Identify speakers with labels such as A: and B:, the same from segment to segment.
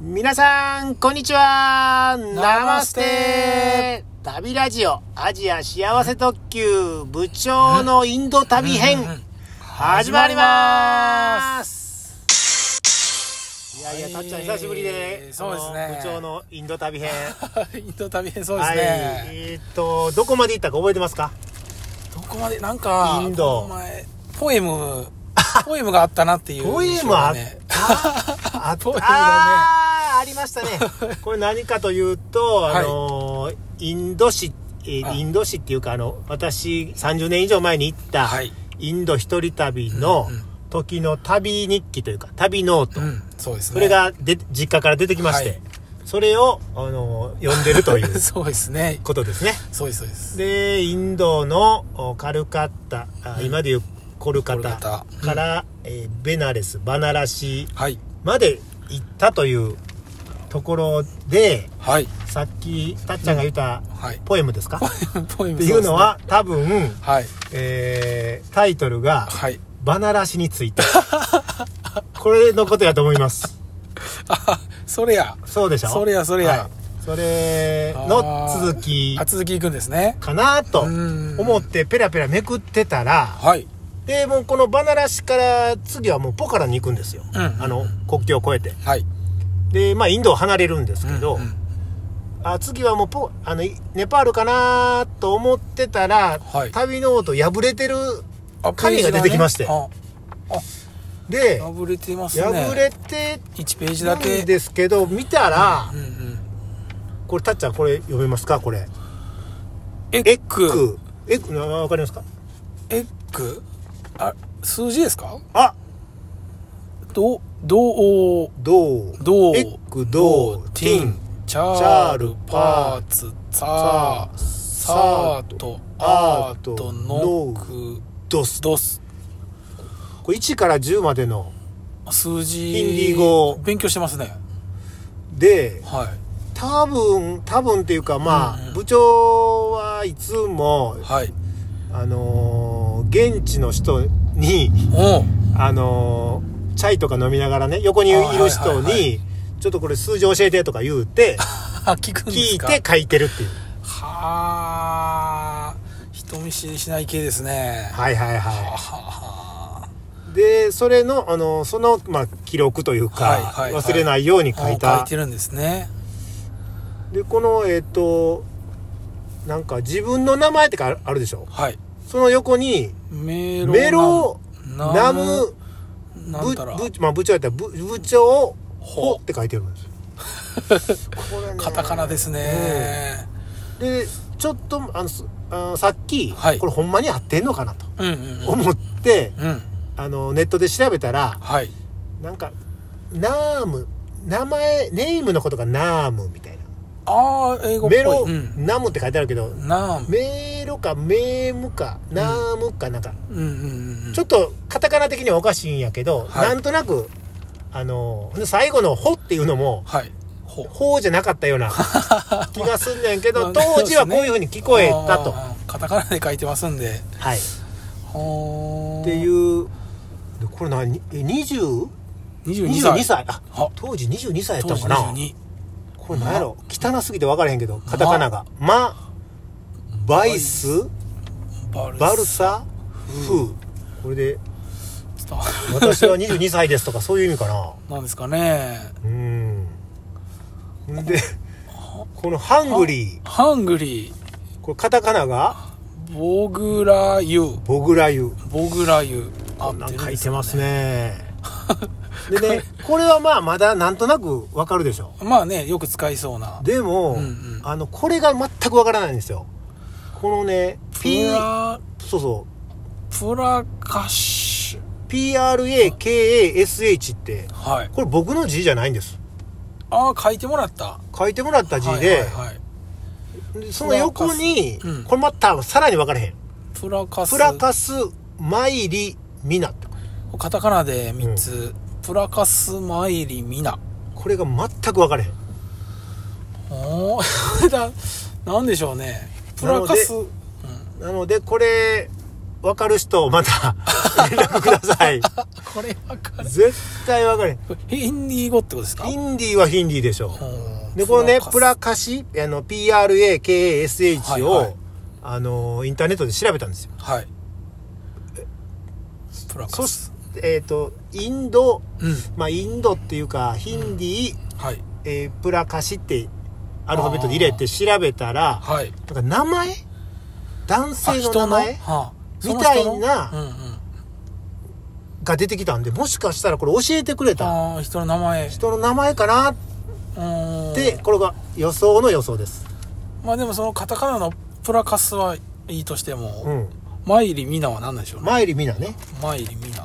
A: 皆さん、こんにちはナ
B: ナ
A: マ
B: マ
A: ス
B: ス
A: テ
B: テ
A: 旅ラジオアジア幸せ特急部長のインド旅編
B: うんうんうん
A: 始まりますいやいや、
B: はい
A: たっちゃん久しぶりで、
B: そうですね
A: あの部長のインド旅編。
B: インド旅編そうです
A: はい。
B: ね、
A: えーっと、どこまで行ったか覚えてますか
B: どこまでなんか
A: インド
B: この前ポエムポエムがあったなっていう
A: ポエ
B: 印象
A: ムあ
B: が
A: っ
B: ね
A: たあった
B: ポエムがね
A: あーありましたね。これ何かというと、あのーインド市、えー
B: あ
A: インド市っていうか、あの、私30年以上前に行った、
B: はい
A: インド一人旅の
B: うんうん
A: 時の旅日記というか、旅ノート。
B: うんそうですね
A: それがで実家から出てきまして、
B: はい
A: それを、あのー読んでると いう
B: そうですね
A: ことですね。
B: そうですそうです
A: で、インドのおカルカッタ、あ今でいうコルカ
B: コル
A: タ
B: カタうん
A: から、えーベナレス、バナラシ
B: はい
A: まで行ったというところで
B: はい
A: さっきたっちゃんが言った
B: はい
A: ポエムですか、っ
B: ポエム
A: ていうのは多分、
B: そうですね
A: えータイトルが
B: はいはい
A: 「バナラシについ て」これのことやと思います
B: あそれや
A: そうでしょ
B: それやそれや
A: いそれの続き
B: あ続きいくんですね
A: かなと
B: うん
A: 思ってペラペラめくってたら
B: はい
A: でもうこのバナラシから次はもうポカラに行くんですよ、
B: うん
A: あの国境を越えて
B: はい
A: でまあインドを離れるんですけど、
B: うんうん
A: あ次はもうポあのいネパールかなと思ってたら、
B: はい
A: 旅の音破れてる
B: あ
A: 紙が出てきまして
B: ページがね
A: で
B: あ破れてますね
A: 破れて
B: 1ページ
A: な
B: だ
A: ん
B: け
A: ですけど見たら、
B: うんうん
A: これたっちゃんこれ読めますかこれ
B: エ
A: エ
B: ッ
A: ッ
B: グ
A: クエックあわかりますか
B: エッグあ数字ですか
A: あ
B: どどう
A: 銅
B: どう
A: エッグ銅ティン
B: チャールパーツサーサートアートノク
A: ドス
B: ドス
A: これ1から10までの
B: 数字
A: ヒンディー語
B: 勉強してますね
A: で
B: は
A: 多分多分っていうかまあ、
B: うんうん
A: 部長はいつも
B: いはい
A: あのー現地の人に
B: おう
A: あのーチャイとか飲みながらね、横にいる
B: あ
A: 人
B: はいはいは
A: に、ちょっとこれ数字教えてとか言う て、
B: あ聞くんです
A: 聞い
B: か
A: て書いてるっていう。
B: はあ人見知りしない系ですね
A: はいはい
B: は
A: は
B: あ
A: い。で、それの、あのーその、まあ、記録というか、
B: はいはいはい
A: 忘れないように書
B: 書
A: い
B: い
A: た。
B: てるんですね
A: で、この、えっ、と、なんか自分の名前ってかあるあるでしょ
B: はい
A: その横に、
B: メロ
A: メロ
B: ナ
A: ナム、
B: なん
A: 部
B: たら
A: 部まあ、部長やったら部、部長、
B: ほ
A: ほって書いてるんですよ。これね
B: カタカナですね、
A: でちょっとあのすあさっき、
B: はい
A: これほんまに合ってんのかなと
B: うんうんうん
A: 思って、
B: うん
A: あのネットで調べたら
B: はい
A: なんかナーム名前ネームのことがナームみたい
B: ああ英語
A: なメ
B: っぽい
A: ロ、
B: うん、
A: ナムって書いてあるけど
B: ナム
A: メロかメームかナームかなんか、
B: うんうんうん
A: ちょっとカタカナ的にはおかしいんやけど、
B: はい
A: なんとなくあので最後の「ほ」っていうのも
B: はい
A: 「
B: ほ
A: ほ」じゃなかったよう な気がすんねんけど、
B: まあ
A: 当時はこういうふうに聞こえたと。
B: あーカタカナで書いてますんで
A: はい
B: ほー
A: っていうでこれ何え20
B: 22
A: 22
B: 歳
A: 歳あ
B: あ
A: 当時22歳やった
B: 当
A: の
B: 時
A: かな
B: 22
A: これ何やろ汚すぎて分からへんけどカタカナが「ま」「バイス」
B: バル
A: 「
B: ス
A: バルサ」「フー」これで
B: 伝わ
A: 「私は22歳です」とかそういう意味かな
B: なんですかね
A: うんんでこの「ハングリー
B: ハングリ」
A: これカタカナが
B: ーボグラユ
A: 「ボグラユ」
B: ボグラユあ
A: なんか書いてますねでねこれはまあまだなんとなく分かるでしょ
B: まあねよく使いそうな
A: でも、
B: うんうん
A: あのこれが全くわからないんですよこのね P
B: プラ
A: そうそ
B: プラカッシュ
A: う PRAKASH って
B: はい
A: これ僕の字じゃないんです
B: ああ書いてもらった
A: 書いてもらった字で,、
B: はいはいはい、
A: でその横に、
B: プラカスうん
A: これまたさらに分からへん
B: プラカス
A: プラカスマイリミナって
B: カタカナで3つ、プラカスマイリミナ
A: これが全く分からへん
B: お ーだなんでしょうねプラカス
A: なのでこれ分かる人、また 連絡ください。
B: これわかる。
A: 絶対分かれん。
B: ヒンディー語ってことですか
A: ヒンディーはヒンディーでしょう。
B: うん
A: で、このね、プラ
B: カ
A: カシ、あの、PRAKASH を、
B: はいはい
A: あの、インターネットで調べたんですよ。
B: ス。はい。プラカ
A: そ
B: ス
A: し。えっ、と、インド、
B: うん。
A: まあ、インドっていうか、ヒンディー、
B: はい。
A: えープラカシって、アルファベットで入れて調べたら、
B: はい。
A: なんか名前男
B: あ
A: 性の名前
B: 人のはあその
A: み
B: 人
A: た
B: の
A: いな
B: うんうん。
A: が出てきたんで、もしかしたらこれ教えてくれた
B: ああ、人の名前。
A: 人の名前かなっ
B: うん
A: て、これが予想の予想です。
B: まあでもそのカタカナのプラカスはいいとしても、
A: うん。
B: マイリミナは何なんでしょうね。
A: マイリミナね。
B: マイリミナ。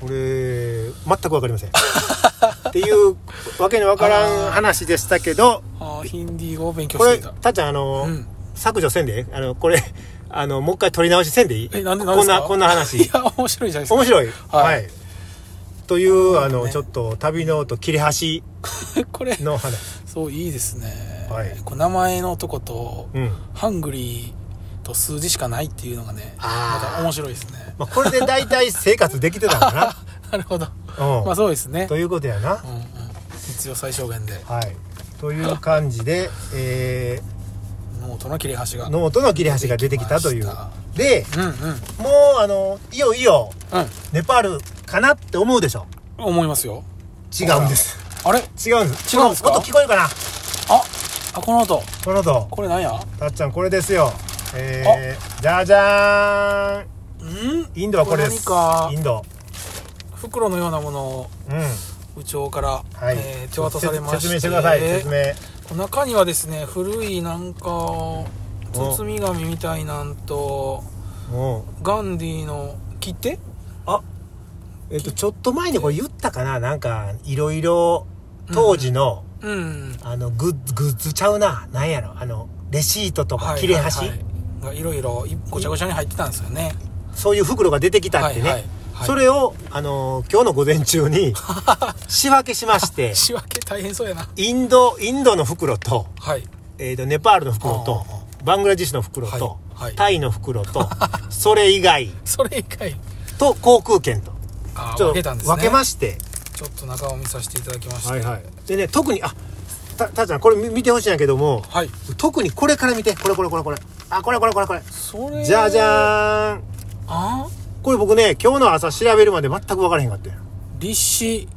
A: これ、全くわかりません。 っていう、わけのわからん話でしたけど、
B: ああ、ヒンディー語を勉強
A: こ
B: し
A: れ、
B: ていた。
A: たっちゃん、あの、
B: うん
A: 削除せんでええあの、これ、あの、もう一回取り直しせんでいい
B: え、なんでなん
A: こ
B: で
A: ん
B: す
A: な、
B: か
A: こんな話
B: い。や、面白いじゃないですか。
A: 面白い。は。
B: はいい
A: という、あの、
B: ね
A: ちょっと、旅の音、切れ端
B: これ、
A: の話。
B: そう、いいですね。
A: はい
B: こう名前のとこと、
A: うん。
B: ハングリーと数字しかないっていうのがね、
A: あ
B: ま
A: ー
B: た面白いですね。
A: まあ、これで大体生活できてたのか
B: なるほど。
A: な。うん。
B: まあそうですね。
A: ということやな
B: う。んうん。必要最小限で、
A: はい。という感じで、え
B: ノートの切れ端が。
A: ー、
B: うん
A: ノートの切れ端が出てきたという
B: 出てきま。
A: で、
B: うん。
A: もう、あの、いよいよ、
B: うん。
A: ネパールかなって思うでしょ。
B: 思いますよ。
A: 違うんです。
B: あれ
A: 違うんです。
B: 違うんですか
A: この音聞こえるかな
B: ああ、この後。
A: この音。
B: これなんや
A: たっちゃん、これですよ。えー、じゃじゃ
B: ん
A: ーん。インドはこれです。
B: これ何か
A: インド。
B: 袋のようなものを、
A: うん。
B: 部長から、
A: はい。
B: えー手渡されまして
A: 説明してください、説明。
B: 中にはですね古いなんか包み紙みたいなんと
A: も
B: ガンディーの切手
A: う、えっと、ちょっと前にこれ言ったかななんか、いろいろ、当時の、
B: うん
A: あの、グッズ、グッズちゃうな。なんやろ。あの、レシートとか、
B: はい
A: 切れ端、
B: はいはいがいろいろいごちゃごちゃに入ってたんですよね
A: そういう袋が出てきたってね。
B: はいはい
A: それを、あのー今日の午前中 に、仕分けしまして、
B: 仕分け大変そうやな
A: インド、インドの袋と、
B: はい
A: えっ、と、ネパールの袋と
B: あああ、
A: バングラディッシュの袋と、
B: はいはい
A: タイの袋 と、それ以外
B: それ以外
A: と航空券と。
B: あー
A: ちょっと
B: 分けたんですね
A: 分けまして。
B: ちょっと中を見させていただきました
A: でね、特に、あ、た、たーちゃん、これ見見てほしいんやけども、
B: はい
A: 特にこれから見て、これこれこれこれ。あ、これこれこれこれ。
B: それ
A: じゃじゃーん。
B: あ
A: これ僕ね、今日の朝調べるまで全く分からへんかったよ。
B: リシ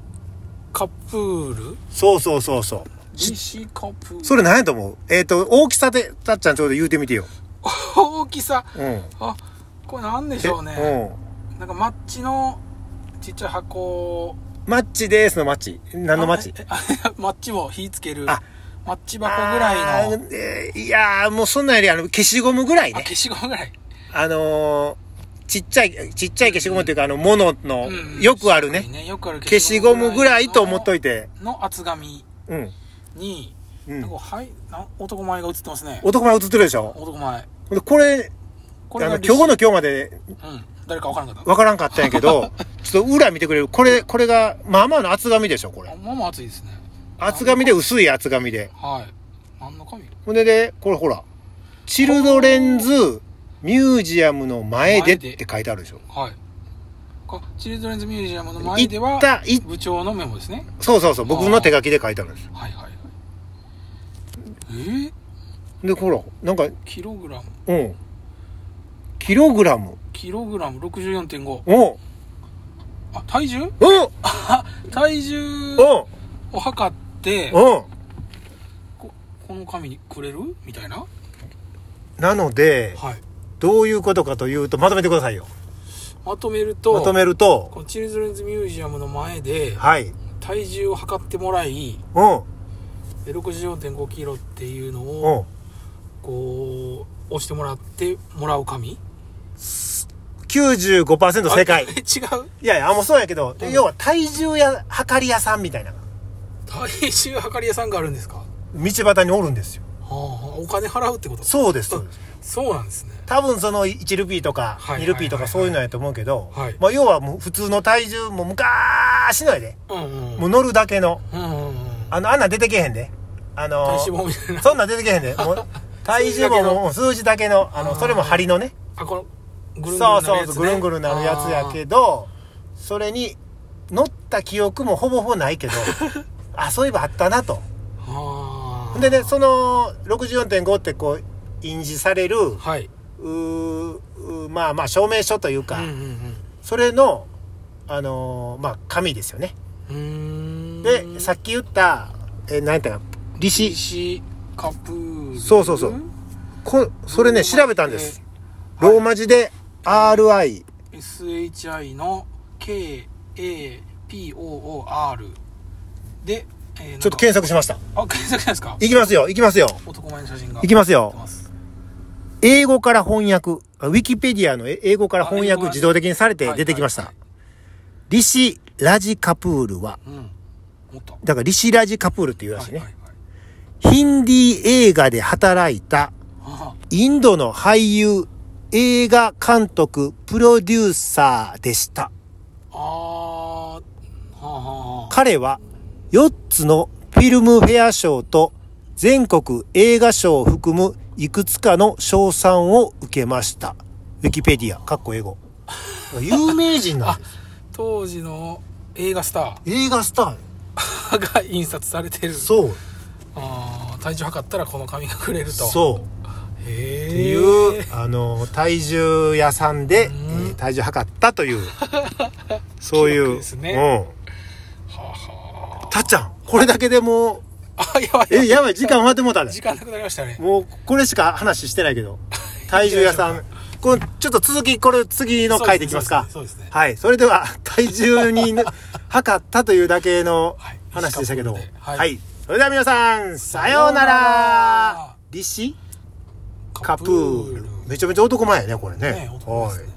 B: カプール
A: そうそうそうそう。
B: リシカプール
A: それ何やと思うえっ、と、大きさで、たっちゃんちょうど言うてみてよ。
B: 大きさ
A: うん。
B: あこれなんでし
A: え
B: ょうねなんかマッチのちっちゃい箱
A: うん。マッチですのマッチ。何のマッチ
B: あえ あマッチも火つける
A: あ
B: マッチ箱ぐらいの
A: あーえーいやー、もうそんなんより、あの、消しゴムぐらい
B: あ
A: ね。
B: 消しゴムぐらい
A: あのー、ちっちゃい、ちっちゃい消しゴムっていうか、あの、ものの、
B: うん
A: よくあるね。
B: よくある
A: 消しゴムぐらいと思っと
B: い
A: いて。
B: ての厚紙
A: うん。
B: に、
A: うん
B: なんかはいな男前が映ってますね
A: 男前映ってるでしょ
B: 男前
A: でこれ、
B: こ
A: あ
B: が
A: の、
B: リ
A: 今日の今日まで
B: うん誰か分からなかっ
A: わからんかったんやけ ど、ちょっと裏見てくれる。これ、これが、まあまあの厚紙でしょ、こ
B: たあ
A: れ。
B: まあまあ熱いですね
A: 厚紙で薄い厚紙で。
B: はい何の紙
A: ほんでね、これほら、チルドレンズミュージアムの前でって書いてあるでしょ。
B: はいかチルドレンズミュージアムの前で
A: 行
B: は
A: った、い、
B: 部長のメモですね
A: そうそうそう、僕の手書きで書いてあるんです。
B: はいはいはいえー、
A: で、ほら、なんか、
B: キログラム
A: うん。キログラム。
B: キログラム64.5
A: うん。うん。
B: あ体重
A: うん。
B: あ体重を測っ
A: うん。
B: てここの紙にくれるみたいな
A: なので、
B: はい
A: どういうことかというと、まとめてくださいよ。
B: まとめると
A: まとめると、
B: このチルドレンズミュージアムの前で
A: はい。うん。
B: 体重を測ってもらい
A: うん。
B: で64.5キロっていうのをこう押してもらってもらう紙
A: 95%正解
B: あ。え違う
A: いやいや、あもうそうやけど、
B: うん
A: 要は体重や測り屋さんみたいな、
B: 体重測り屋さんがあるんですか、は
A: 道端におるんですよ。
B: あ、お金払うってこと
A: そうです、そうです。
B: そうなんですね
A: 多分その1ルピーとか
B: はい
A: 2ルピーとか
B: はいはいはい
A: そういうのやと思うけど、
B: はい
A: まあ要はもう普通の体重も昔のやで、
B: うんうん
A: もう乗るだけの、
B: うんうんうん
A: あの、あんなん出てけへんで。あ
B: 体
A: の
B: 脂、肪みたいな
A: そんなん出てけへんで。もう体重ももう数字だけの、あの、
B: あー
A: それも針のね、
B: あこのぐるんぐるん
A: そう
B: なる
A: そ
B: や
A: う
B: つ、
A: そ
B: ね、
A: うぐるんぐるんなるやつやけどそれに乗った記憶もほぼほぼないけ どあそういえばあったなと
B: あー
A: でねその64.5ってこう印字される
B: はい、
A: うーうーまあまあ証明書という
B: う
A: か、
B: んうん
A: それのあのーまあ紙ですよね
B: うんうーん
A: でさっき言ったえ何やったか利
B: シ
A: 子
B: シカプール
A: そうそうそうこそれね調べたんですローマ字で RI
B: SHI の KAPOOR で、えーなんか
A: ちょっと検索しました
B: あ検索なんですか
A: いきますよいきますよ
B: 男前の写真が
A: いきますよ
B: 出す
A: 英語から翻訳あウィキペディアのえ英語から翻
B: あ英語
A: 訳
B: が
A: 自動的にされて
B: はい
A: 出てきまし
B: は
A: た
B: い
A: 利子ラジカプールは
B: うんおった
A: だから利子ラジカプールっていうらしいね、
B: はいはいはい
A: ヒンディー映画で働いた
B: あ
A: インドの俳優映画監督プロデューサーでした
B: あーはあはあはあ
A: 彼は4つのフィルムフェア賞と全国映画賞を含むいくつかの賞賛を受けました。ウィキペディア、かっこ英 語。有名人なんです。
B: 当時の映画スタ
A: 映画スタ
B: ーが印刷されてる
A: ー。そう。
B: あー体重測ったらこの紙がくれると
A: そう。
B: うへえ
A: っていう、あの、体重屋さんで、え
B: うん
A: ー体重測った という、そうい
B: 記録
A: う。
B: ですね
A: うん。
B: はあは
A: たっちゃん、これだけでもう、
B: ああやばい
A: え、やばい、時間終わってもうたね。
B: 時間なくなりましたね
A: もうこれしか話してないけ ど体重屋さんこのちょっと続きこれ次の回でいきますか
B: そうですねそうですね
A: はいそれでは体重に測ったというだけの
B: はい
A: 話でしたけど
B: 短くでは
A: はいい、それでは皆さんさようなら利子カプールめちゃめちゃ男前やねこれね
B: ね男前ですね